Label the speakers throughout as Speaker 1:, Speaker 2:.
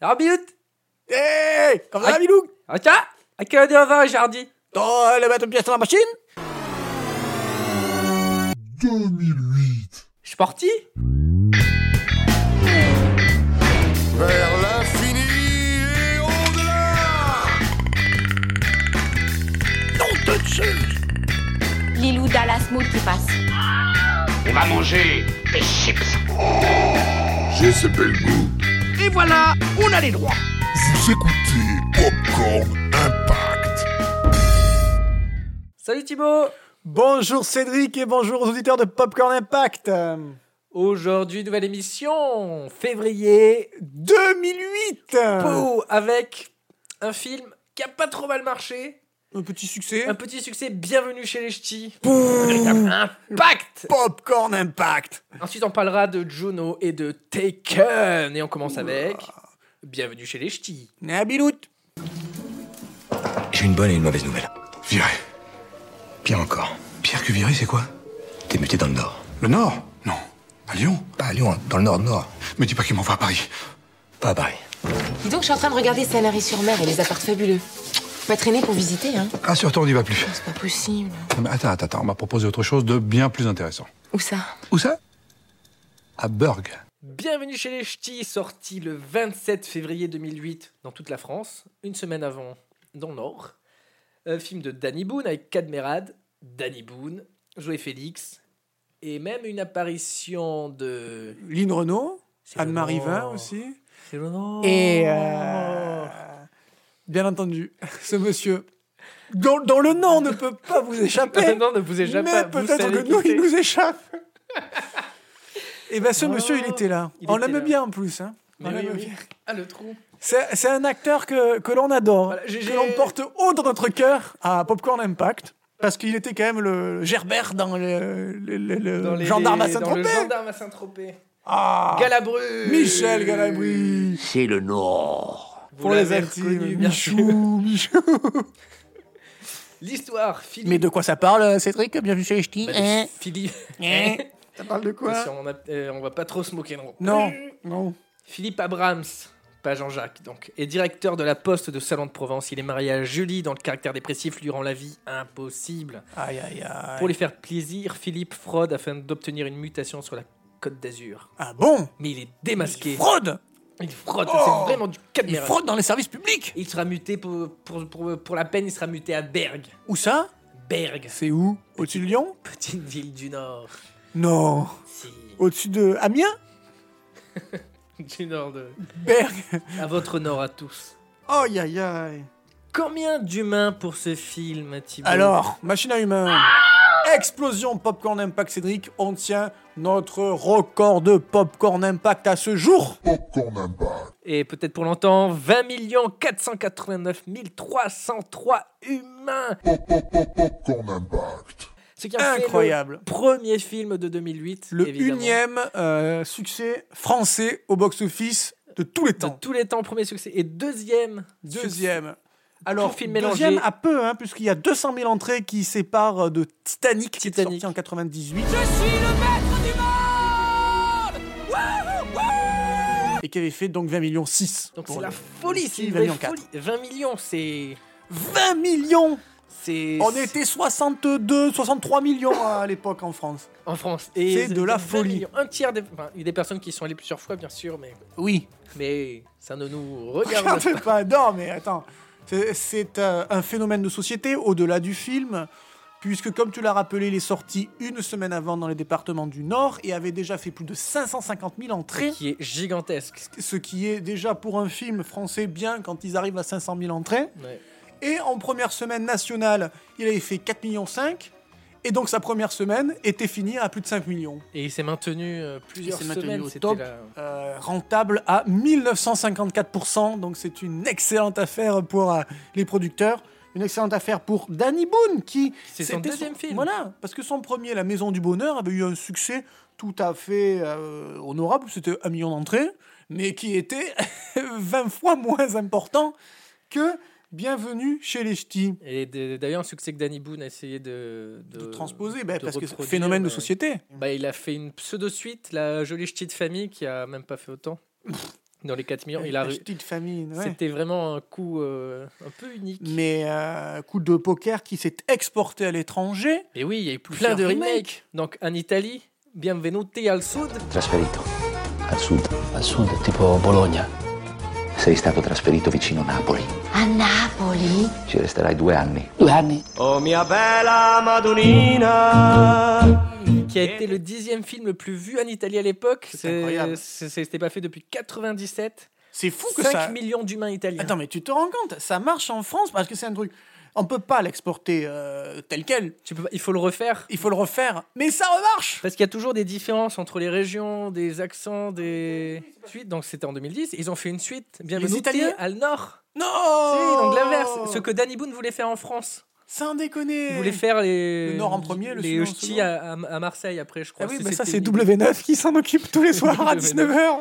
Speaker 1: Rabiut
Speaker 2: Hé Kom
Speaker 1: Ai.
Speaker 2: daar, Widoek!
Speaker 1: Atja! Ik heb de een jardi.
Speaker 2: Då är det bättre pjäs till machine!
Speaker 3: 2008.
Speaker 1: Je suis parti
Speaker 3: Vers l'infini et au-delà
Speaker 4: Lilou Dallas Mood qui passe.
Speaker 5: On va manger des chips.
Speaker 3: Je s'appelle goût.
Speaker 5: Et voilà, on a les droits.
Speaker 3: Vous écoutez Popcorn Impact.
Speaker 1: Salut Thibaut
Speaker 2: Bonjour Cédric et bonjour aux auditeurs de Popcorn Impact Euh,
Speaker 1: Aujourd'hui, nouvelle émission, février,
Speaker 2: 2008
Speaker 1: Pau, avec un film qui a pas trop mal marché,
Speaker 2: Un petit succès.
Speaker 1: un petit succès, bienvenue chez les ch'tis, Véritable impact
Speaker 2: Popcorn Impact
Speaker 1: Ensuite, on parlera de Juno et de Taken, et on commence avec bienvenue chez les ch'tis.
Speaker 2: Nabilout
Speaker 6: J'ai une bonne et une mauvaise nouvelle.
Speaker 7: Viré.
Speaker 6: Pire encore.
Speaker 7: Pierre que viré, c'est quoi
Speaker 6: T'es muté dans le Nord.
Speaker 7: Le Nord Non. À Lyon
Speaker 6: Pas à Lyon, dans le Nord-Nord.
Speaker 7: Me dis pas qu'il m'en va à Paris.
Speaker 6: Pas à Paris.
Speaker 8: Dis donc, je suis en train de regarder Sanary sur mer et les apparts fabuleux. Faut Pas traîner pour visiter, hein
Speaker 7: Rassure-toi, Ah, on n'y va plus.
Speaker 8: C'est pas possible.
Speaker 7: Non, mais attends, attends, attends, on m'a proposé autre chose de bien plus intéressant.
Speaker 8: Où ça
Speaker 7: Où ça À Burg.
Speaker 1: Bienvenue chez les ch'tis, sorti le 27 février 2008 dans toute la France, une semaine avant dans le Nord. Un film de Danny Boone avec Cadmerad, Danny Boone, Joey Félix, et même une apparition de...
Speaker 2: Lynn Renault,
Speaker 1: C'est
Speaker 2: Anne-Marie
Speaker 1: le nom.
Speaker 2: Vin aussi.
Speaker 1: C'est le nom.
Speaker 2: Et euh, bien entendu, ce monsieur, dont, dont le nom ne peut pas vous échapper,
Speaker 1: non, ne vous ai jamais
Speaker 2: mais peut-être que nous, il nous échappe. Et bien ce monsieur, il était là.
Speaker 1: Oh, Il
Speaker 2: On
Speaker 1: était
Speaker 2: l'aime
Speaker 1: là.
Speaker 2: bien en plus. hein. On l'aime bien.
Speaker 1: Ah, le trou.
Speaker 2: C'est c'est un acteur que, que l'on adore,
Speaker 1: Voilà, j'ai-
Speaker 2: que l'on porte haut dans notre cœur à Popcorn Impact, parce qu'il était quand même le Gerbert dans le, le- le- le
Speaker 1: Dans les-
Speaker 2: Euh, gendarme
Speaker 1: dans
Speaker 2: à
Speaker 1: le
Speaker 2: Saint-Tropez.
Speaker 1: gendarme à Saint-Tropez.
Speaker 2: Ah,
Speaker 1: Galabru.
Speaker 2: Michel Galabru.
Speaker 5: C'est le Nord.
Speaker 1: Vous
Speaker 2: Pour les
Speaker 1: l'avez
Speaker 2: intimes,
Speaker 1: reconnu, bien sûr.
Speaker 2: Michou, Michou.
Speaker 1: L'histoire, Philippe.
Speaker 2: Mais de quoi ça parle, euh, Cédric Bienvenue chez les ch'tis.
Speaker 1: Bah, Philippe.
Speaker 2: Hein Ça parle de
Speaker 1: Attention, on, a- euh, on va pas trop se moquer de nous.
Speaker 2: Non, non.
Speaker 1: Philippe Abrams, pas Jean-Jacques donc, est directeur de la poste de Salon de Provence. Il est marié à Julie dans le caractère dépressif lui rend la vie impossible.
Speaker 2: Aïe, aïe, aïe.
Speaker 1: Pour lui faire plaisir, Philippe fraude afin d'obtenir une mutation sur la Côte d'Azur.
Speaker 2: Ah bon
Speaker 1: Mais il est démasqué.
Speaker 2: Fraude
Speaker 1: Il fraude,
Speaker 2: Oh
Speaker 1: c'est vraiment du
Speaker 2: Il
Speaker 1: cadmérage.
Speaker 2: fraude dans les services publics
Speaker 1: Il sera muté pour, pour, pour, pour la peine, il sera muté à Berg.
Speaker 2: Où ça
Speaker 1: Berg,
Speaker 2: C'est où Au-dessus de Lyon
Speaker 1: petite ville du Nord.
Speaker 2: Non.
Speaker 1: Si,
Speaker 2: Au-dessus de Amiens
Speaker 1: du Nord de...
Speaker 2: Berg
Speaker 1: À votre Nord à tous.
Speaker 2: Aïe, aïe, aïe.
Speaker 1: Combien d'humains pour ce film, Thibaut
Speaker 2: Alors, machine à humain. Explosion Popcorn Impact Cédric, on tient notre record de Popcorn Impact à ce jour.
Speaker 3: Popcorn Impact.
Speaker 1: et peut-être pour longtemps, 20 489 303 humains.
Speaker 3: Popcorn Impact.
Speaker 1: Ce qui en fait
Speaker 2: Incroyable.
Speaker 1: le premier film de 2008.
Speaker 2: Le
Speaker 1: évidemment.
Speaker 2: unième euh, succès français au box-office de tous les
Speaker 1: de
Speaker 2: temps.
Speaker 1: tous les temps, premier succès. Et deuxième.
Speaker 2: Deuxième. Alors,
Speaker 1: film
Speaker 2: deuxième
Speaker 1: mélangé.
Speaker 2: à peu, hein, puisqu'il y a 200 000 entrées qui séparent euh, de Titanic, qui est
Speaker 1: Titanic.
Speaker 2: sorti en 98 et qui avait fait donc 20 millions 6.
Speaker 1: Donc
Speaker 2: Pour
Speaker 1: c'est
Speaker 2: le-
Speaker 1: la folie, c'est une
Speaker 2: 20
Speaker 1: vraie
Speaker 2: millions 4.
Speaker 1: folie. 20 millions, c'est.
Speaker 2: 20 millions
Speaker 1: C'est.
Speaker 2: On était 62, 63 millions hein, à l'époque en France.
Speaker 1: En France. Et
Speaker 2: C'est de la
Speaker 1: 20
Speaker 2: folie.
Speaker 1: millions. Un tiers des. Enfin, il y a des personnes qui sont allées plusieurs fois, bien sûr, mais.
Speaker 2: Oui.
Speaker 1: Mais ça ne nous regarde pas.
Speaker 2: Regardez pas, non mais attends. C'est- C'est euh, un phénomène de société au-delà du film, puisque comme tu l'as rappelé, il est sorti une semaine avant dans les départements du Nord et avait déjà fait plus de 550 000 entrées.
Speaker 1: Qui est gigantesque.
Speaker 2: Ce qui est déjà pour un film français bien quand ils arrivent à 500 000 entrées.
Speaker 1: Ouais.
Speaker 2: Et en première semaine nationale, il avait fait 4,5 millions. Et donc sa première semaine était finie à plus de 5 millions.
Speaker 1: Et il s'est maintenu euh, plusieurs
Speaker 2: s'est maintenu
Speaker 1: semaines.
Speaker 2: au
Speaker 1: c'était
Speaker 2: top.
Speaker 1: la-
Speaker 2: Euh, rentable à 1954%. Donc c'est une excellente affaire pour euh, les producteurs. Une excellente affaire pour Danny Boone qui...
Speaker 1: C'est son
Speaker 2: c'était
Speaker 1: deuxième film.
Speaker 2: Voilà, parce que son premier, La Maison du Bonheur, avait eu un succès tout à fait euh, honorable. C'était un million d'entrées, mais qui était 20 fois moins important que Bienvenue chez les Ch'tis.
Speaker 1: Et de- d'ailleurs, un succès que Danny Boone a essayé de,
Speaker 2: De transposer, ben,
Speaker 1: de
Speaker 2: parce que c'est un
Speaker 1: reproduire,
Speaker 2: phénomène de
Speaker 1: euh,
Speaker 2: société.
Speaker 1: Bah, il a fait une pseudo-suite, La Jolie Ch'ti de Famille, qui a même pas fait autant. dans les 4 millions. Et la rue.
Speaker 2: petite famille. ouais.
Speaker 1: C'était vraiment un coup euh, un peu unique.
Speaker 2: Mais euh, coup de poker qui s'est exporté à l'étranger.
Speaker 1: Et oui, il y a eu plein
Speaker 2: Plusieurs
Speaker 1: de remakes.
Speaker 2: remakes.
Speaker 1: Donc en Italie, Bienvenuti al Sud.
Speaker 9: Trasferito al sud, al sud, tipo Bologna. Sei stato trasferito vicino Napoli.
Speaker 4: A Napoli?
Speaker 9: Ci resterai due anni.
Speaker 5: Due anni.
Speaker 1: qui a été le dixième film le plus vu en Italie à l'époque.
Speaker 2: C'est
Speaker 1: C'est-
Speaker 2: incroyable.
Speaker 1: c'est- C'était pas fait depuis 97.
Speaker 2: C'est fou que
Speaker 1: 5
Speaker 2: ça.
Speaker 1: millions d'humains italiens.
Speaker 2: Attends, mais tu te rends compte Ça marche en France parce que c'est un truc. On peut pas l'exporter euh, tel quel.
Speaker 1: Tu peux pas- il faut le refaire.
Speaker 2: Il faut le refaire. Mais ça remarche
Speaker 1: Parce qu'il y a toujours des différences entre les régions, des accents, des suites. Donc c'était en 2010. Ils ont fait une suite. Bienvenue
Speaker 2: Italiens Oh.
Speaker 1: à le Nord.
Speaker 2: Non
Speaker 1: Si, donc l'inverse. Ce que Danny Boone voulait faire en France.
Speaker 2: Sans déconner
Speaker 1: Il voulait faire les.
Speaker 2: Le Nord en premier, le
Speaker 1: les
Speaker 2: Sud en
Speaker 1: hosties
Speaker 2: second.
Speaker 1: à, à- à Marseille après, je crois.
Speaker 2: Ah oui,
Speaker 1: Si
Speaker 2: mais ça, c'est
Speaker 1: c'était-
Speaker 2: W9 qui s'en occupe tous les soirs à
Speaker 1: W9.
Speaker 2: 19h.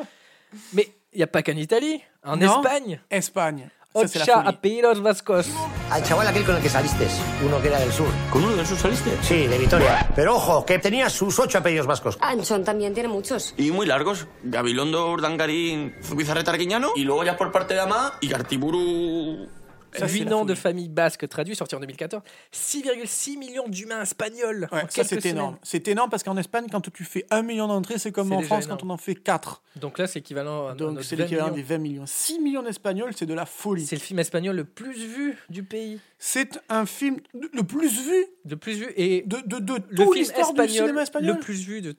Speaker 1: Mais il n'y a pas qu'en Italie. En
Speaker 2: Non.
Speaker 1: Espagne.
Speaker 2: Espagne. Ça, c'est la
Speaker 1: Ocha a
Speaker 2: folie.
Speaker 1: payé los vascos.
Speaker 5: Al chaval aquel con el que saliste, uno que era del sur. ¿Con uno del sur saliste? Sí, de Vitoria. Pero ojo, que tenía sus ocho apellidos vascos.
Speaker 4: Anchon también tiene muchos.
Speaker 10: Y muy largos. Gabilondo, Urdangarín, Zubizarreta Arguiñano. Y luego ya por parte de Ama y Artiburu...
Speaker 2: Ça, c'est
Speaker 1: Huit
Speaker 2: la
Speaker 1: noms de
Speaker 2: folie.
Speaker 1: famille basque traduit, sorti en 2014. 6,6 millions d'humains espagnols. en
Speaker 2: Ouais, ça,
Speaker 1: quelques
Speaker 2: c'est
Speaker 1: semaines.
Speaker 2: énorme. C'est énorme parce qu'en Espagne, quand tu fais un million d'entrées, c'est comme
Speaker 1: C'est
Speaker 2: en
Speaker 1: déjà
Speaker 2: France
Speaker 1: énorme.
Speaker 2: quand on en fait 4.
Speaker 1: Donc là, c'est équivalent à
Speaker 2: Donc,
Speaker 1: notre
Speaker 2: c'est
Speaker 1: 20
Speaker 2: l'équivalent
Speaker 1: millions.
Speaker 2: des 20 millions. 6 millions d'Espagnols, c'est de la folie.
Speaker 1: C'est le film espagnol le plus vu du pays.
Speaker 2: C'est un film le plus vu
Speaker 1: Le plus vu et
Speaker 2: de, de, de
Speaker 1: le
Speaker 2: toute
Speaker 1: film
Speaker 2: l'histoire du
Speaker 1: espagnol,
Speaker 2: cinéma espagnol. Bah,
Speaker 1: le plus vu de, de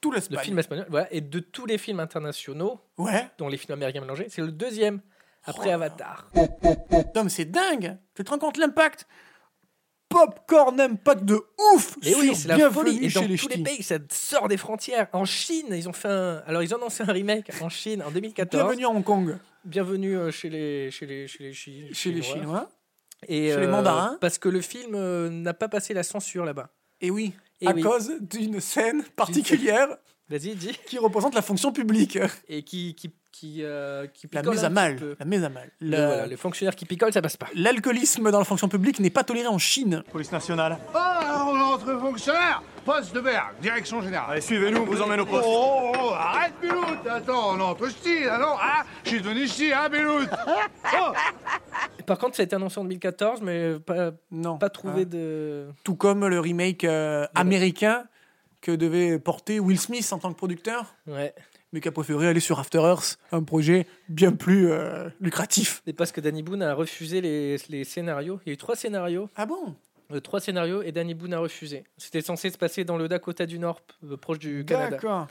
Speaker 2: Tout l'Espagne.
Speaker 1: film espagnol, voilà, et de tous les films internationaux,
Speaker 2: Ouais.
Speaker 1: dont les films américains mélangés, c'est le deuxième
Speaker 2: Oh.
Speaker 1: après Avatar.
Speaker 2: Non, mais c'est dingue. Tu te rends compte l'impact Popcorn impact de ouf
Speaker 1: Et oui,
Speaker 2: sur
Speaker 1: c'est la
Speaker 2: Bienvenue
Speaker 1: folie. Et
Speaker 2: chez
Speaker 1: dans
Speaker 2: les
Speaker 1: tous les
Speaker 2: Ch'tis.
Speaker 1: pays, ça sort des frontières. En Chine, ils ont fait un. Alors, ils ont annoncé un remake en Chine en 2014. Bienvenue,
Speaker 2: Bienvenue à Hong Kong,
Speaker 1: euh, chez les chez les chez les Chi-
Speaker 2: chez les Chinois.
Speaker 1: Et, euh,
Speaker 2: Chez les mandarins.
Speaker 1: Parce que le film euh, n'a pas passé la censure là-bas.
Speaker 2: Et oui,
Speaker 1: Eh
Speaker 2: à
Speaker 1: oui.
Speaker 2: cause d'une scène particulière
Speaker 1: Vas-y, dis.
Speaker 2: qui représente la fonction publique.
Speaker 1: Et qui, qui, qui, euh, qui
Speaker 2: La
Speaker 1: picole. un
Speaker 2: mise à
Speaker 1: petit
Speaker 2: mal.
Speaker 1: peu.
Speaker 2: La mise à mal.
Speaker 1: Le,
Speaker 2: La-
Speaker 1: voilà, le fonctionnaire qui picole, ça passe pas.
Speaker 2: L'alcoolisme dans la fonction publique n'est pas toléré en Chine. Police nationale.
Speaker 5: alors on entre fonctionnaires. Poste de verre, direction générale.
Speaker 10: Allez, suivez-nous, on vous emmène au
Speaker 5: Oh, oh, oh, arrête, Béloute Attends, on entre ch'ti, là, non Ah, je suis devenu ch'ti, hein, Béloute
Speaker 1: Par contre, ça a été annoncé en 2014, mais pas,
Speaker 2: Non.
Speaker 1: pas trouvé
Speaker 2: Hein.
Speaker 1: de.
Speaker 2: Tout comme le remake euh, américain que devait porter Will Smith en tant que producteur,
Speaker 1: Ouais.
Speaker 2: mais qui a préféré aller sur After Earth, un projet bien plus euh, lucratif.
Speaker 1: Et parce que Danny Boone a refusé les, les scénarios. Il y a eu trois scénarios.
Speaker 2: Ah bon
Speaker 1: euh, trois scénarios et Danny Boone a refusé. C'était censé se passer dans le Dakota du Nord, euh, proche du Canada.
Speaker 2: D'accord.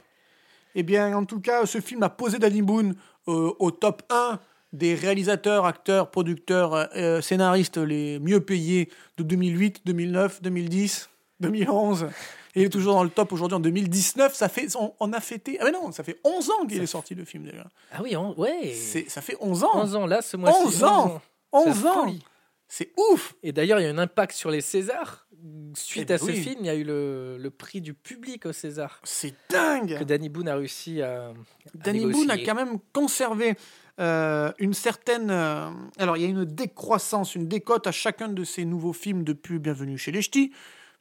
Speaker 2: Eh bien, en tout cas, ce film a posé Danny Boone euh, au top 1 des réalisateurs, acteurs, producteurs, euh, euh, scénaristes les mieux payés de 2008, 2009, 2010, 2011. Et il est toujours dans le top aujourd'hui en 2019. Ça fait, on, on a fêté. Ah mais non, ça fait 11 ans qu'il est sorti le film déjà.
Speaker 1: Ah oui, on- ouais.
Speaker 2: C'est- Ça fait 11 ans.
Speaker 1: 11 ans, là, ce mois-ci.
Speaker 2: 11 ans. 11
Speaker 1: C'est
Speaker 2: ans.
Speaker 1: folie.
Speaker 2: C'est ouf.
Speaker 1: Et d'ailleurs, il y a eu un impact sur les Césars. Suite
Speaker 2: Eh ben
Speaker 1: à ce
Speaker 2: oui.
Speaker 1: film, il y a eu le, le prix du public au César
Speaker 2: C'est
Speaker 1: que
Speaker 2: dingue.
Speaker 1: Danny Boone a réussi à. à
Speaker 2: Danny
Speaker 1: négocier.
Speaker 2: Boone a quand même conservé euh, une certaine. euh, alors, il y a une décroissance, une décote à chacun de ses nouveaux films depuis Bienvenue chez les Ch'tis,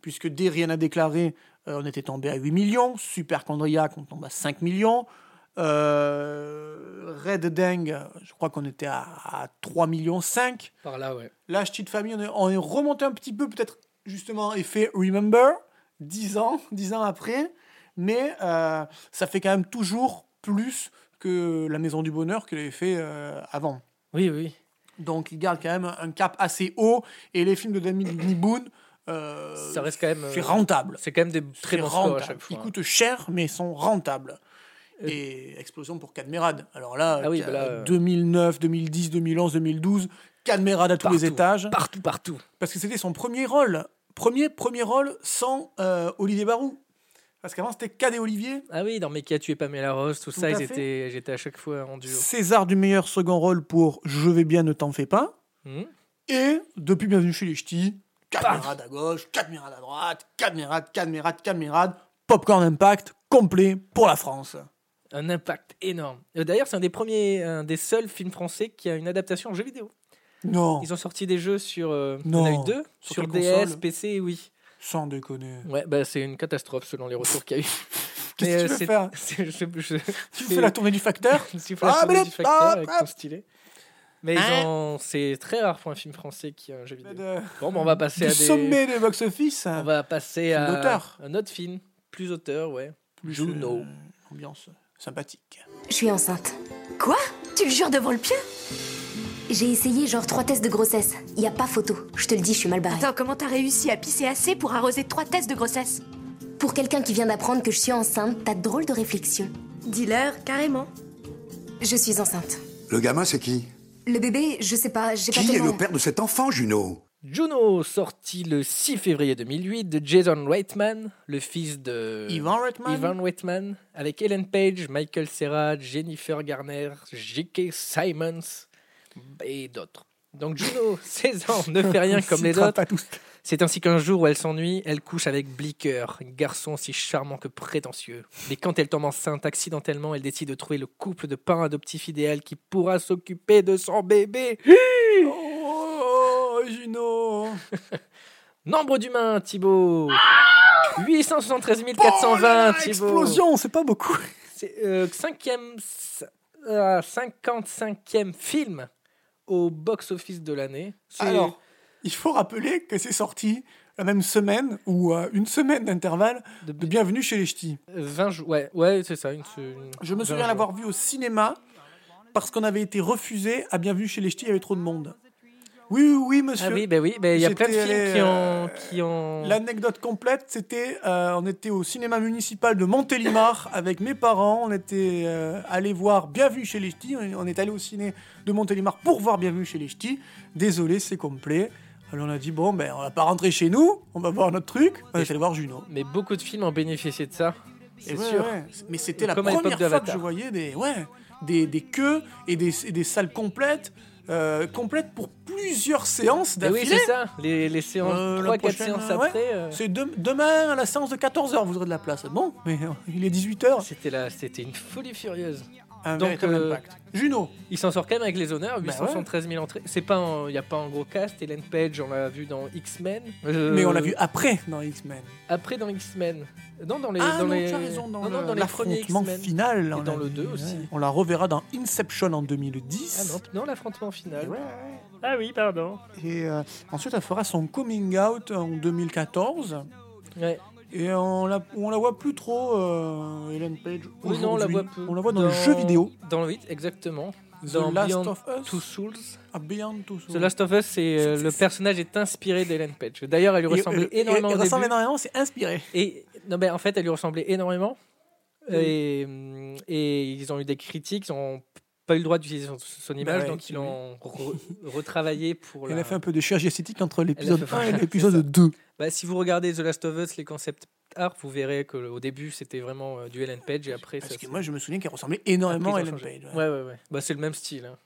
Speaker 2: puisque dès Rien à déclarer, euh, on était tombé à 8 millions. Super on tombe à 5 millions. Euh, Red Deng, je crois qu'on était à, à 3 millions 5.
Speaker 1: Par là, ouais.
Speaker 2: Là, Ch'tis de famille, on est, on est remonté un petit peu, peut-être justement effet Remember, 10 ans, 10 ans après. Mais euh, ça fait quand même toujours plus que la Maison du Bonheur que l'avait fait euh, avant.
Speaker 1: Oui, oui.
Speaker 2: Donc il garde quand même un cap assez haut et les films de Danny Boone, euh,
Speaker 1: Ça reste quand même. euh,
Speaker 2: c'est rentable.
Speaker 1: C'est quand même des très
Speaker 2: C'est
Speaker 1: bons scores à
Speaker 2: rentable.
Speaker 1: chaque fois. Euh.
Speaker 2: Ils coûtent cher, mais ils sont rentables. Et explosion pour Cadmerade. Alors là,
Speaker 1: Ah oui,
Speaker 2: euh,
Speaker 1: bah là, euh,
Speaker 2: 2009, 2010, 2011, 2012, Cadmerade à tous les
Speaker 1: Partout,
Speaker 2: étages.
Speaker 1: Partout, partout.
Speaker 2: Parce que c'était son premier rôle. Premier, premier rôle sans euh, Olivier Barou. Parce qu'avant, c'était Cadet Olivier.
Speaker 1: Ah oui, dans Mais qui a tué Pamela Rose, tout, ça,
Speaker 2: à
Speaker 1: ils
Speaker 2: fait.
Speaker 1: étaient, j'étais à chaque fois en duo.
Speaker 2: César du meilleur second rôle pour Je vais bien, ne t'en fais pas.
Speaker 1: Hmm.
Speaker 2: Et depuis Bienvenue chez les Ch'tis,
Speaker 1: Paf.
Speaker 2: Cadmerade à gauche, Cadmerade à droite, Cadmerade, Cadmerade, Cadmerade. Popcorn Impact complet pour la France.
Speaker 1: Un impact énorme. Euh, D'ailleurs, c'est un des premiers, un des seuls films français qui a une adaptation en jeu vidéo.
Speaker 2: Non,
Speaker 1: Ils ont sorti des jeux sur. euh,
Speaker 2: Non.
Speaker 1: On a eu deux.
Speaker 2: Sur
Speaker 1: Sur,
Speaker 2: quelle
Speaker 1: DS,
Speaker 2: console
Speaker 1: PC, oui.
Speaker 2: sans déconner.
Speaker 1: Ouais, bah, c'est une catastrophe selon les retours qu'il y a eu. Mais,
Speaker 2: Qu'est-ce que
Speaker 1: euh,
Speaker 2: tu veux
Speaker 1: c'est-
Speaker 2: faire
Speaker 1: c'est- je- je-
Speaker 2: Tu
Speaker 1: c'est-
Speaker 2: fais la tournée du facteur
Speaker 1: Si vous la
Speaker 2: Ah,
Speaker 1: tournée
Speaker 2: mais-
Speaker 1: du facteur
Speaker 2: ah,
Speaker 1: avec
Speaker 2: ah.
Speaker 1: ton stylet. Mais ils
Speaker 2: Hein
Speaker 1: ont- c'est très rare pour un film français qui a un jeu
Speaker 2: de,
Speaker 1: vidéo. Bon, bah, on va passer
Speaker 2: du
Speaker 1: à des...
Speaker 2: sommet des box-office.
Speaker 1: On va passer
Speaker 2: Film
Speaker 1: à
Speaker 2: d'auteur.
Speaker 1: un autre film, plus auteur, ouais. Juno.
Speaker 2: euh, ambiance sympathique.
Speaker 4: Je suis enceinte. Quoi Tu le jures devant le pien J'ai essayé genre trois tests de grossesse. Y a pas photo. Je te le dis, je suis mal barrée.
Speaker 11: Attends, comment t'as réussi à pisser assez pour arroser trois tests de grossesse
Speaker 4: Pour quelqu'un qui vient d'apprendre que je suis enceinte, t'as de drôles de réflexions. Dis-leur, carrément. Je suis enceinte.
Speaker 12: Le gamin, c'est qui
Speaker 4: Le bébé, je sais pas, j'ai pas
Speaker 12: Qui est
Speaker 4: tellement...
Speaker 12: le père de cet enfant, Juno
Speaker 1: Juno, sorti le 6 février 2008 de Jason Reitman, le fils de
Speaker 2: Ivan Reitman
Speaker 1: Euh, Ivan Reitman, avec Ellen Page, Michael Serra, Jennifer Garner, J.K. Simons et d'autres. Donc Juno, 16 ans, ne fait rien
Speaker 2: On
Speaker 1: comme les
Speaker 2: citera
Speaker 1: autres.
Speaker 2: pas tous.
Speaker 1: C'est ainsi qu'un jour où elle s'ennuie, elle couche avec Bleaker, garçon si charmant que prétentieux. Mais quand elle tombe enceinte accidentellement, elle décide de trouver le couple de parents adoptifs idéal qui pourra s'occuper de son bébé.
Speaker 2: Oh, Juno
Speaker 1: Ah, Nombre d'humains, Thibaut 873 420, Thibaut
Speaker 2: Oh Ah, Explosion, c'est pas beaucoup.
Speaker 1: C'est euh, cinquième, euh, 55e film au box-office de l'année. C'est-
Speaker 2: Alors, il faut rappeler que c'est sorti la même semaine ou à une semaine d'intervalle
Speaker 1: De-
Speaker 2: de Bienvenue chez les Ch'tis.
Speaker 1: Euh, 20 jours. Ouais, ouais c'est ça. Une, se- une-
Speaker 2: Je me
Speaker 1: 20
Speaker 2: souviens
Speaker 1: jours.
Speaker 2: l'avoir vu au cinéma parce qu'on avait été refusé à Bienvenue chez les Ch'tis, il y avait trop de monde. Oui, oui, oui, monsieur.
Speaker 1: Ah oui, ben oui, ben il y a plein de
Speaker 2: J'étais
Speaker 1: films
Speaker 2: allé,
Speaker 1: qui ont.
Speaker 2: euh,
Speaker 1: Qui ont...
Speaker 2: L'anecdote complète, c'était euh, on était au cinéma municipal de Montélimar avec mes parents. On était euh, allé voir Bienvenue chez les Ch'tis. On, on est allé au ciné de Montélimar pour voir Bienvenue chez les Ch'tis. Désolé, c'est complet. Alors on a dit bon ben on va pas rentrer chez nous, on va voir notre truc. On est allé voir Juno.
Speaker 1: Mais beaucoup de films ont bénéficié de ça.
Speaker 2: Et
Speaker 1: C'est
Speaker 2: ouais,
Speaker 1: sûr.
Speaker 2: ouais. Mais c'était la
Speaker 1: Comme à l'époque
Speaker 2: première fois que
Speaker 1: d'Avatar.
Speaker 2: je voyais des, ouais, des, des queues et des, et des salles complètes, euh, complètes pour plusieurs séances
Speaker 1: Ben oui,
Speaker 2: d'affilée.
Speaker 1: c'est ça. Les, les séances,
Speaker 2: Euh, la
Speaker 1: 3-4
Speaker 2: prochaine,
Speaker 1: séances
Speaker 2: euh, ouais.
Speaker 1: après. euh,
Speaker 2: C'est de- demain à la séance de 14h, vous aurez de la place. Bon, mais euh, il est 18h.
Speaker 1: C'était la- c'était une folie furieuse.
Speaker 2: Un
Speaker 1: Donc,
Speaker 2: véritable
Speaker 1: euh,
Speaker 2: impact. Juno,
Speaker 1: Il s'en sort quand même avec les honneurs,
Speaker 2: Bah
Speaker 1: 873 000 entrées. C'est pas, il y a pas un gros cast. Ellen Page, on l'a vu dans X-Men. Euh,
Speaker 2: mais on l'a vu après dans X-Men.
Speaker 1: après dans X-Men. Non, dans les,
Speaker 2: Ah
Speaker 1: dans
Speaker 2: non,
Speaker 1: les...
Speaker 2: tu as raison, dans
Speaker 1: non, non,
Speaker 2: le-
Speaker 1: dans les premiers
Speaker 2: l'affrontement
Speaker 1: X-Men.
Speaker 2: final.
Speaker 1: Et
Speaker 2: on
Speaker 1: dans
Speaker 2: l'a
Speaker 1: le
Speaker 2: vu,
Speaker 1: deux aussi.
Speaker 2: ouais. On la reverra dans Inception en
Speaker 1: Ah
Speaker 2: 2010.
Speaker 1: non, non l'affrontement final. Ah oui, pardon.
Speaker 2: Et euh, ensuite, elle fera son coming out en 2014.
Speaker 1: Ouais.
Speaker 2: Et on la, on la voit plus trop, euh, Ellen Page.
Speaker 1: Oui, non, on la
Speaker 2: aujourd'hui.
Speaker 1: voit peu.
Speaker 2: On la voit dans, le jeu vidéo.
Speaker 1: Dans le 8, exactement.
Speaker 2: The
Speaker 1: dans
Speaker 2: Last
Speaker 1: Beyond
Speaker 2: of Us.
Speaker 1: Two Souls.
Speaker 2: Ah, Beyond Two Souls.
Speaker 1: The Last of Us, c'est euh,
Speaker 2: C'est-
Speaker 1: le
Speaker 2: c'est-
Speaker 1: personnage est inspiré d'Ellen Page. D'ailleurs, elle lui ressemblait
Speaker 2: Et, euh,
Speaker 1: énormément
Speaker 2: et- et
Speaker 1: au
Speaker 2: ressemble
Speaker 1: début.
Speaker 2: énormément, c'est inspiré.
Speaker 1: Et non, mais en fait, elle lui ressemblait énormément. Et, hum, et ils ont eu des critiques, ils n'ont pas eu le droit d'utiliser son, son image,
Speaker 2: Bah ouais,
Speaker 1: donc ils l'ont re- retravaillé pour.
Speaker 2: Elle
Speaker 1: la-
Speaker 2: a fait un peu de chirurgie esthétique entre l'épisode
Speaker 1: fait-
Speaker 2: 1 et
Speaker 1: voilà,
Speaker 2: l'épisode
Speaker 1: c'est
Speaker 2: 2.
Speaker 1: Bah, si vous regardez The Last of Us, les concepts art, vous verrez que le- au début c'était vraiment euh, du Ellen Page et après.
Speaker 2: Parce
Speaker 1: ça,
Speaker 2: que
Speaker 1: c'est-
Speaker 2: moi, je me souviens qu'elle ressemblait énormément à
Speaker 1: Après, ils ont
Speaker 2: Ellen
Speaker 1: changé.
Speaker 2: Page. ouais.
Speaker 1: Ouais, ouais, ouais. Bah, c'est le même style. hein.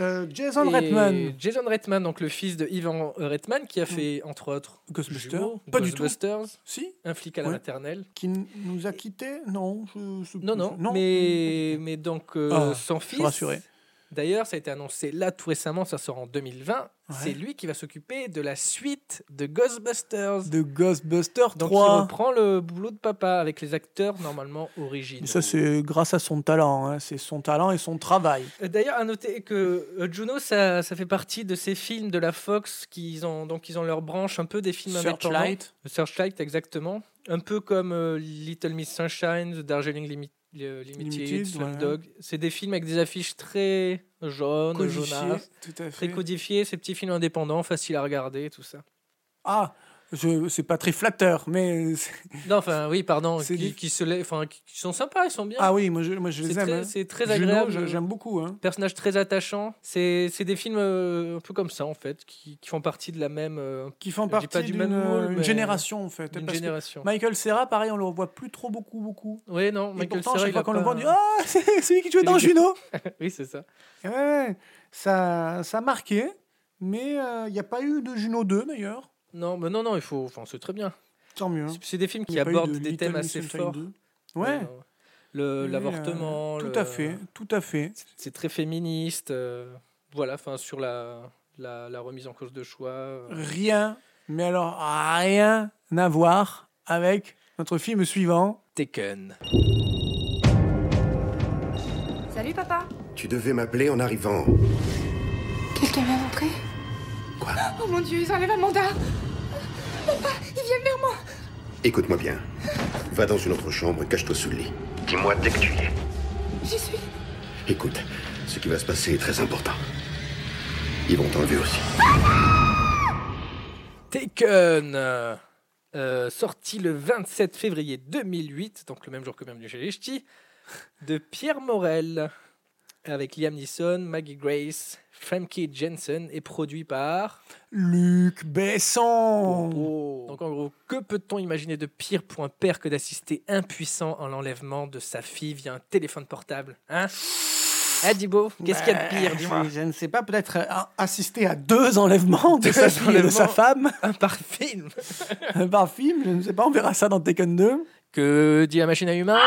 Speaker 2: Euh, Jason
Speaker 1: Et
Speaker 2: Reitman. Mm.
Speaker 1: Jason Reitman, donc le fils de Ivan Reitman, qui a fait entre autres
Speaker 2: Ghostbusters.
Speaker 1: Jumeaux,
Speaker 2: Pas du
Speaker 1: Ghostbusters,
Speaker 2: Si
Speaker 1: un flic à la
Speaker 2: Ouais.
Speaker 1: maternelle.
Speaker 2: Qui n- nous a quittés Non, je sais
Speaker 1: Non,
Speaker 2: plus.
Speaker 1: non, mais, mais donc euh,
Speaker 2: Ah,
Speaker 1: son
Speaker 2: Je
Speaker 1: fils.
Speaker 2: suis rassuré.
Speaker 1: D'ailleurs, ça a été annoncé là tout récemment, ça sort en 2020. C'est
Speaker 2: Ouais.
Speaker 1: lui qui va s'occuper de la suite de Ghostbusters.
Speaker 2: De Ghostbusters
Speaker 1: Donc
Speaker 2: 3.
Speaker 1: il reprend le boulot de papa avec les acteurs normalement originaux.
Speaker 2: Mais ça, c'est grâce à son talent. hein. C'est son talent et son travail.
Speaker 1: Euh, D'ailleurs, à noter que euh, Juno, ça, ça fait partie de ces films de la Fox qui ont, donc ils ont leur branche un peu des films indépendants.
Speaker 2: Searchlight.
Speaker 1: Searchlight, exactement. Un peu comme euh, Little Miss Sunshine, The Darjeeling Limi- le- Limited,
Speaker 2: Limited,
Speaker 1: Slum
Speaker 2: ouais.
Speaker 1: Dog. C'est des films avec des affiches très jaunes,
Speaker 2: Codifié,
Speaker 1: jaunasses,
Speaker 2: tout
Speaker 1: très
Speaker 2: à fait.
Speaker 1: codifiés, ces petits films indépendants, faciles à regarder, tout ça.
Speaker 2: Ah, je- c'est pas très flatteur, mais. c'est-
Speaker 1: Non, enfin, oui, pardon,
Speaker 2: C'est
Speaker 1: qui,
Speaker 2: des-
Speaker 1: qui se lèvent, enfin, qui, qui sont sympas, ils sont bien.
Speaker 2: Ah oui, moi je, moi, je
Speaker 1: c'est
Speaker 2: les aime.
Speaker 1: très,
Speaker 2: hein.
Speaker 1: c'est très
Speaker 2: Juno,
Speaker 1: agréable.
Speaker 2: je- J'aime beaucoup. Hein.
Speaker 1: personnages très attachants. C'est c'est des films euh, un peu comme ça, en fait, qui, qui font partie de la même euh,
Speaker 2: Qui font
Speaker 1: Je dis pas
Speaker 2: partie
Speaker 1: du
Speaker 2: d'une euh,
Speaker 1: même moule,
Speaker 2: une
Speaker 1: mais-
Speaker 2: génération en fait.
Speaker 1: d'une
Speaker 2: parce que
Speaker 1: génération.
Speaker 2: Michael Serra, pareil, on le revoit plus trop beaucoup, beaucoup.
Speaker 1: Oui, non,
Speaker 2: Et
Speaker 1: Michael
Speaker 2: pourtant,
Speaker 1: Cera,
Speaker 2: chaque
Speaker 1: il a
Speaker 2: fois qu'on le
Speaker 1: pas-
Speaker 2: voit, on dit Ah, c'est celui qui jouait
Speaker 1: C'est
Speaker 2: dans
Speaker 1: lui qui-
Speaker 2: Juno
Speaker 1: Oui, c'est ça.
Speaker 2: Et ouais, ouais, ça, ça a marqué, mais euh, il n'y a pas eu de Juno 2 d'ailleurs.
Speaker 1: Non, mais non, non, il faut. Enfin, c'est très bien.
Speaker 2: Tant mieux. hein.
Speaker 1: C'est- C'est des films
Speaker 2: Il
Speaker 1: qui
Speaker 2: y a pas eu
Speaker 1: abordent
Speaker 2: de
Speaker 1: des
Speaker 2: Little
Speaker 1: thèmes
Speaker 2: Miss
Speaker 1: assez
Speaker 2: Sunshine
Speaker 1: forts.
Speaker 2: 2.
Speaker 1: Euh,
Speaker 2: Ouais.
Speaker 1: le
Speaker 2: Oui,
Speaker 1: L'avortement.
Speaker 2: euh, Tout
Speaker 1: le-
Speaker 2: à fait, tout à fait.
Speaker 1: C'est très féministe. euh, voilà, enfin, sur la, la, la remise en cause de choix. euh.
Speaker 2: Rien, mais alors rien à voir avec Notre film suivant.
Speaker 1: Taken.
Speaker 13: Salut papa
Speaker 12: Tu devais m'appeler en arrivant.
Speaker 13: Quelqu'un vient d'entrer
Speaker 12: Quoi
Speaker 13: Oh mon dieu, ils enlèvent un mandat Papa, ils viennent vers moi
Speaker 12: Écoute-moi bien. Va dans une autre chambre, et cache-toi sous le lit. Dis-moi dès que tu y es.
Speaker 13: J'y suis
Speaker 12: Écoute, ce qui va se passer est très important. Ils vont t'enlever aussi.
Speaker 1: Taken euh, euh, Sorti le 27 février 2008, donc le même jour que Bienvenue chez les Ch'tis, de Pierre Morel, avec Liam Neeson, Maggie Grace, Frankie Jensen, et produit par...
Speaker 2: Luc Besson.
Speaker 1: Donc en gros, que peut-on imaginer de pire pour un père que d'assister impuissant en l'enlèvement de sa fille via un téléphone portable Hein Hein, Dibo Qu'est-ce qu'il y a de pire,
Speaker 2: Bah,
Speaker 1: dis-moi
Speaker 2: Je ne sais pas, peut-être euh, assister à deux enlèvements de sa fille et de sa femme.
Speaker 1: Un par film.
Speaker 2: Un par film, je ne sais pas, on verra ça dans Taken 2.
Speaker 1: Que dit la machine à humains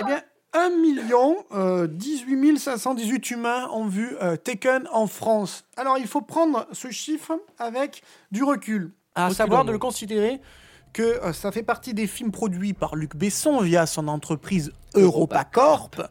Speaker 2: Eh bien, 1 million euh, 18 518 humains ont vu euh, Taken en France. Alors, il faut prendre ce chiffre avec du recul, à
Speaker 1: Reculons-nous.
Speaker 2: Ah, savoir de le considérer que euh, ça fait partie des films produits par Luc Besson via son entreprise EuropaCorp.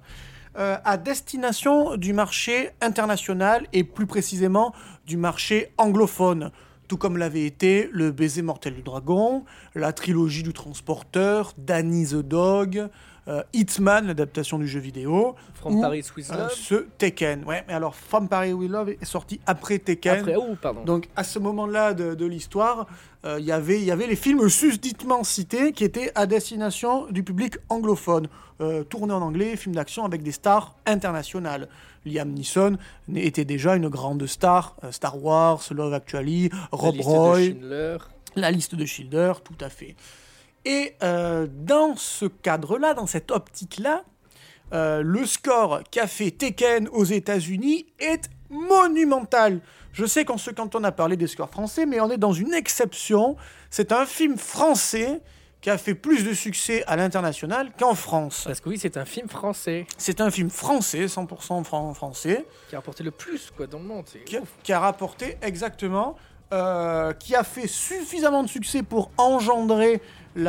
Speaker 2: euh, à destination du marché international et plus précisément du marché anglophone, tout comme l'avait été Le baiser mortel du dragon, la trilogie du transporteur, Danny the Dog, euh, Hitman, l'adaptation du jeu vidéo,
Speaker 1: From
Speaker 2: ou,
Speaker 1: Paris with
Speaker 2: euh,
Speaker 1: Love.
Speaker 2: ce Tekken. Ouais, mais alors From Paris with Love est sorti après Tekken.
Speaker 1: Après, oh, pardon.
Speaker 2: Donc à ce moment-là de, de l'histoire, euh, il y avait- il y avait les films susditement cités qui étaient à destination du public anglophone, euh, tournés en anglais, films d'action avec des stars internationales. Liam Neeson n- était déjà une grande star, euh, Star Wars, Love Actually,
Speaker 1: La
Speaker 2: Rob
Speaker 1: liste de
Speaker 2: Roy,
Speaker 1: Schindler.
Speaker 2: la liste de Schilder, tout à fait. Et euh, dans ce cadre-là, dans cette optique-là, euh, le score qu'a fait Tekken aux États-Unis est monumental. Je sais qu'on se cantonne à parler des scores français, mais on est dans une exception. C'est un film français qui a fait plus de succès à l'international qu'en France.
Speaker 1: Parce que oui, c'est un film français
Speaker 2: C'est un film français, 100% fran- français
Speaker 1: qui a rapporté le plus quoi, dans le monde. c'est-
Speaker 2: qui a, qui a rapporté exactement, euh, qui a fait suffisamment de succès pour engendrer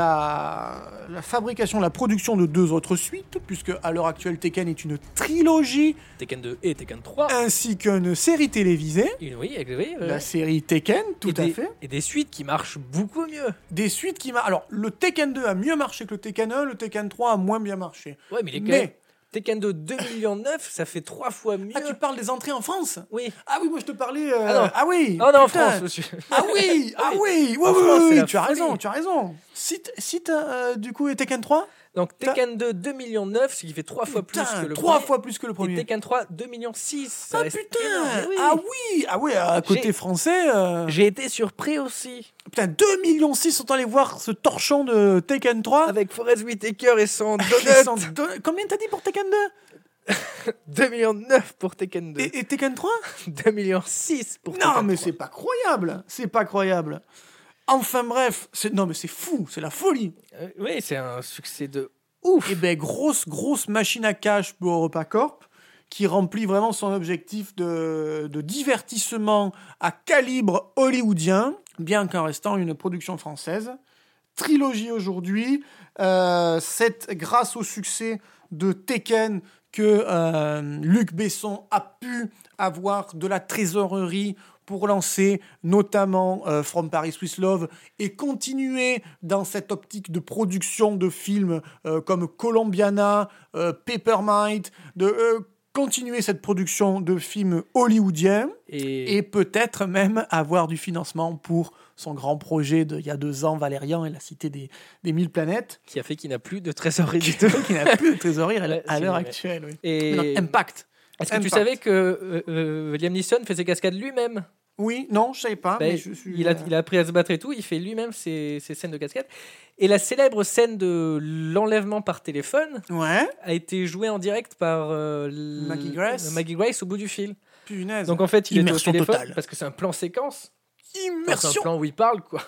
Speaker 2: la, la fabrication, la production de deux autres suites, puisque à l'heure actuelle Tekken est une trilogie
Speaker 1: Tekken 2 et Tekken 3.
Speaker 2: ainsi qu'une série télévisée.
Speaker 1: Une- oui, oui, oui, oui.
Speaker 2: La série Tekken, bah, tout
Speaker 1: Euh. Et
Speaker 2: à
Speaker 1: des-
Speaker 2: fait.
Speaker 1: Et des suites qui marchent beaucoup mieux.
Speaker 2: Des suites qui marchent. Alors, le Tekken 2 a mieux marché que le Tekken 1, le Tekken 3 a moins bien marché.
Speaker 1: Ouais, mais les
Speaker 2: Mais-
Speaker 1: gars, Tekken 2 2 millions 9, ça fait 3 fois mieux.
Speaker 2: Ah, tu parles des entrées en France
Speaker 1: Oui.
Speaker 2: Ah oui, moi je te parlais. euh,
Speaker 1: Ah non.
Speaker 2: Ah oui
Speaker 1: Ah non, en
Speaker 2: putain.
Speaker 1: France, monsieur.
Speaker 2: Ah oui, ah oui, oui,
Speaker 1: En France,
Speaker 2: oui, oui,
Speaker 1: c'est la
Speaker 2: tu as
Speaker 1: folie.
Speaker 2: raison, tu as raison. Cite, cite euh, du coup Tekken 3
Speaker 1: Donc Tekken 2 2 millions 9, ce qui fait 3 fois plus que le
Speaker 2: trois
Speaker 1: premier.
Speaker 2: fois plus que le premier.
Speaker 1: Et Tekken 3 2 millions 6. ça
Speaker 2: ah
Speaker 1: reste
Speaker 2: putain,
Speaker 1: énorme. Mais oui.
Speaker 2: ah oui, ah oui, à
Speaker 1: J'ai-
Speaker 2: côté français. euh,
Speaker 1: J'ai été surpris aussi.
Speaker 2: putain, 2 millions 6 sont allés voir ce torchon de Tekken 3.
Speaker 1: Avec Forest Whitaker et son
Speaker 2: Ils sont
Speaker 1: Donut.
Speaker 2: deux- Combien t'as dit pour Tekken
Speaker 1: 2 millions 9 pour Tekken 2.
Speaker 2: 2 et, et Tekken 3
Speaker 1: 2 millions 6 pour
Speaker 2: Non,
Speaker 1: Tekken
Speaker 2: mais
Speaker 1: 3.
Speaker 2: c'est pas croyable, c'est pas croyable. Enfin bref, c'est non mais c'est fou, c'est la folie.
Speaker 1: Euh, oui, c'est un succès de
Speaker 2: Ouf. Et ben grosse grosse machine à cash pour EuropaCorp qui remplit vraiment son objectif de, de divertissement à calibre hollywoodien, bien qu'en restant une production française. Trilogie aujourd'hui, euh, c'est grâce au succès de Tekken que euh, Luc Besson a pu avoir de la trésorerie pour lancer notamment euh, From Paris Swiss Love et continuer dans cette optique de production de films euh, comme Colombiana, euh, Peppermint, de euh, continuer cette production de films hollywoodiens
Speaker 1: et,
Speaker 2: et peut-être même avoir du financement pour son grand projet d'il y a deux ans, Valérian et la Cité des, des Mille Planètes,
Speaker 1: qui a fait qu'il n'a plus de trésorerie du
Speaker 2: qui,
Speaker 1: tout.
Speaker 2: qui n'a plus de trésorerie à,
Speaker 1: Ouais,
Speaker 2: à
Speaker 1: c'est
Speaker 2: l'heure
Speaker 1: vrai.
Speaker 2: actuelle. oui.
Speaker 1: Et-
Speaker 2: Mais non, Impact.
Speaker 1: Est-ce que tu
Speaker 2: Impact.
Speaker 1: savais que euh, euh, Liam Neeson fait ses cascades lui-même
Speaker 2: Oui, non, je savais pas.
Speaker 1: Ben,
Speaker 2: mais je suis,
Speaker 1: il, a,
Speaker 2: euh,
Speaker 1: il a appris à se battre et tout, il fait lui-même ses, ses scènes de cascade. Et la célèbre scène de l'enlèvement par téléphone
Speaker 2: Ouais,
Speaker 1: a été jouée en direct par euh, l-
Speaker 2: Maggie Grace.
Speaker 1: Maggie Grace au bout du fil.
Speaker 2: punaise.
Speaker 1: Donc en fait, il est au
Speaker 2: Immersion
Speaker 1: téléphone
Speaker 2: totale.
Speaker 1: parce que c'est un plan séquence. Enfin, C'est un
Speaker 2: Immersion,
Speaker 1: plan où il parle, quoi.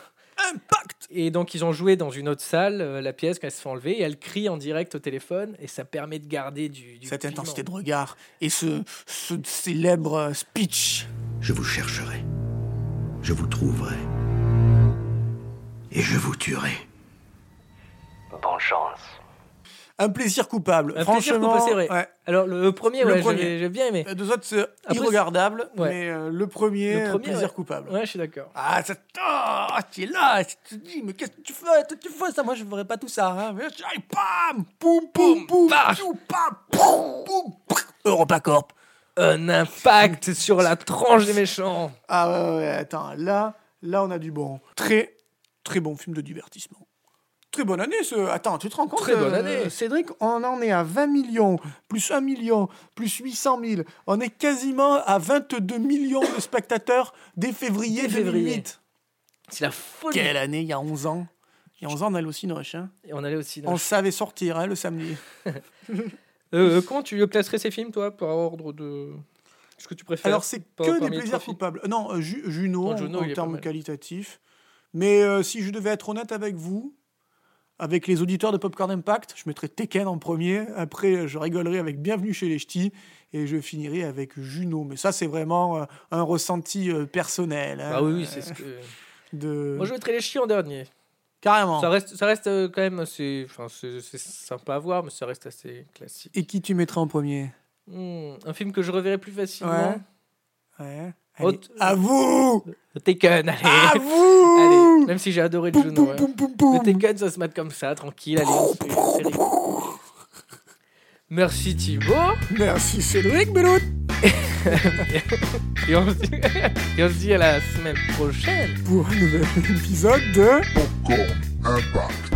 Speaker 2: impact
Speaker 1: Et donc ils ont joué dans une autre salle, euh, la pièce, quand elle se fait enlever, et elle crie en direct au téléphone, et ça permet de garder du. du
Speaker 2: Cette
Speaker 1: piment.
Speaker 2: intensité de regard et ce, ce célèbre euh, speech.
Speaker 5: Je vous chercherai. Je vous trouverai. Et je vous tuerai.
Speaker 14: bonne chance.
Speaker 2: Un plaisir coupable.
Speaker 1: Un plaisir
Speaker 2: Franchement,
Speaker 1: coupable, c'est vrai.
Speaker 2: ouais.
Speaker 1: Alors, le, le premier,
Speaker 2: Le
Speaker 1: ouais,
Speaker 2: premier.
Speaker 1: j'avais- j'ai bien aimé.
Speaker 2: Les deux autres, c'est
Speaker 1: Après,
Speaker 2: irregardable,
Speaker 1: c'est- ouais.
Speaker 2: mais euh, le premier,
Speaker 1: Le premier,
Speaker 2: plaisir
Speaker 1: ouais.
Speaker 2: coupable.
Speaker 1: Ouais, je suis d'accord.
Speaker 2: Ah, ça ah, tu es là, tu te dis, mais qu'est-ce que tu fais Toi, tu fais ça, moi, je ne ferais pas tout ça. Hein. Mais je- aïe, pam, poum, poum, poum, poum, pam, poum, poum, poum. Europacorp.
Speaker 1: Un impact sur la tranche des méchants.
Speaker 2: Ah ouais, ouais, ouais, attends, là, là, on a du bon. Très, très bon film de divertissement. Très bonne année, ce... Attends, tu te rends compte
Speaker 1: Très bonne
Speaker 2: euh,
Speaker 1: année.
Speaker 2: Cédric, on en est à 20 millions, plus 1 million, plus 800 000. On est quasiment à 22 millions de spectateurs dès février
Speaker 1: Dès février.
Speaker 2: 2008.
Speaker 1: C'est la folie.
Speaker 2: Quelle année, il y a 11 ans. Il y a 11 ans, on allait au Cinoche. Hein.
Speaker 1: Et on allait aussi.
Speaker 2: On savait sortir hein, le samedi.
Speaker 1: Euh, comment tu classerais ces films, toi, par ordre de. Ce que tu préfères
Speaker 2: Alors, c'est
Speaker 1: par-
Speaker 2: que
Speaker 1: parmi
Speaker 2: des
Speaker 1: les
Speaker 2: plaisirs
Speaker 1: trois films
Speaker 2: coupables. Non, euh, Ju- Juno,
Speaker 1: Non, Juno,
Speaker 2: en
Speaker 1: il est pas
Speaker 2: termes
Speaker 1: mal.
Speaker 2: qualitatifs. Mais euh, si je devais être honnête avec vous, avec les auditeurs de Popcorn Impact, je mettrais Tekken en premier. Après, euh, je rigolerai avec Bienvenue chez les Ch'tis. Et je finirai avec Juno. Mais ça, c'est vraiment euh, un ressenti euh, personnel. hein,
Speaker 1: Ah oui,
Speaker 2: euh,
Speaker 1: oui, c'est ce que.
Speaker 2: de...
Speaker 1: Moi, je mettrais les chiens en dernier.
Speaker 2: Carrément.
Speaker 1: Ça reste, ça reste euh, quand même assez. Enfin, c'est c'est sympa à voir, mais ça reste assez classique.
Speaker 2: Et qui tu mettrais en premier
Speaker 1: Hmm, un film que je reverrai plus facilement.
Speaker 2: Ouais. Ouais. Allez,
Speaker 1: Autre-
Speaker 2: À vous
Speaker 1: Taken, allez.
Speaker 2: À vous
Speaker 1: Allez, même si j'ai adoré le jeu,
Speaker 2: poum, poum, poum, poum.
Speaker 1: Le Tekken, ça se mate comme ça, tranquille. Allez, c'est- c'est rigolo. Merci Thibaut.
Speaker 2: Merci Cédric Belout
Speaker 1: Et on, se dit, et on se dit à la semaine prochaine.
Speaker 2: pour un nouvel épisode de...
Speaker 3: Popcorn Impact.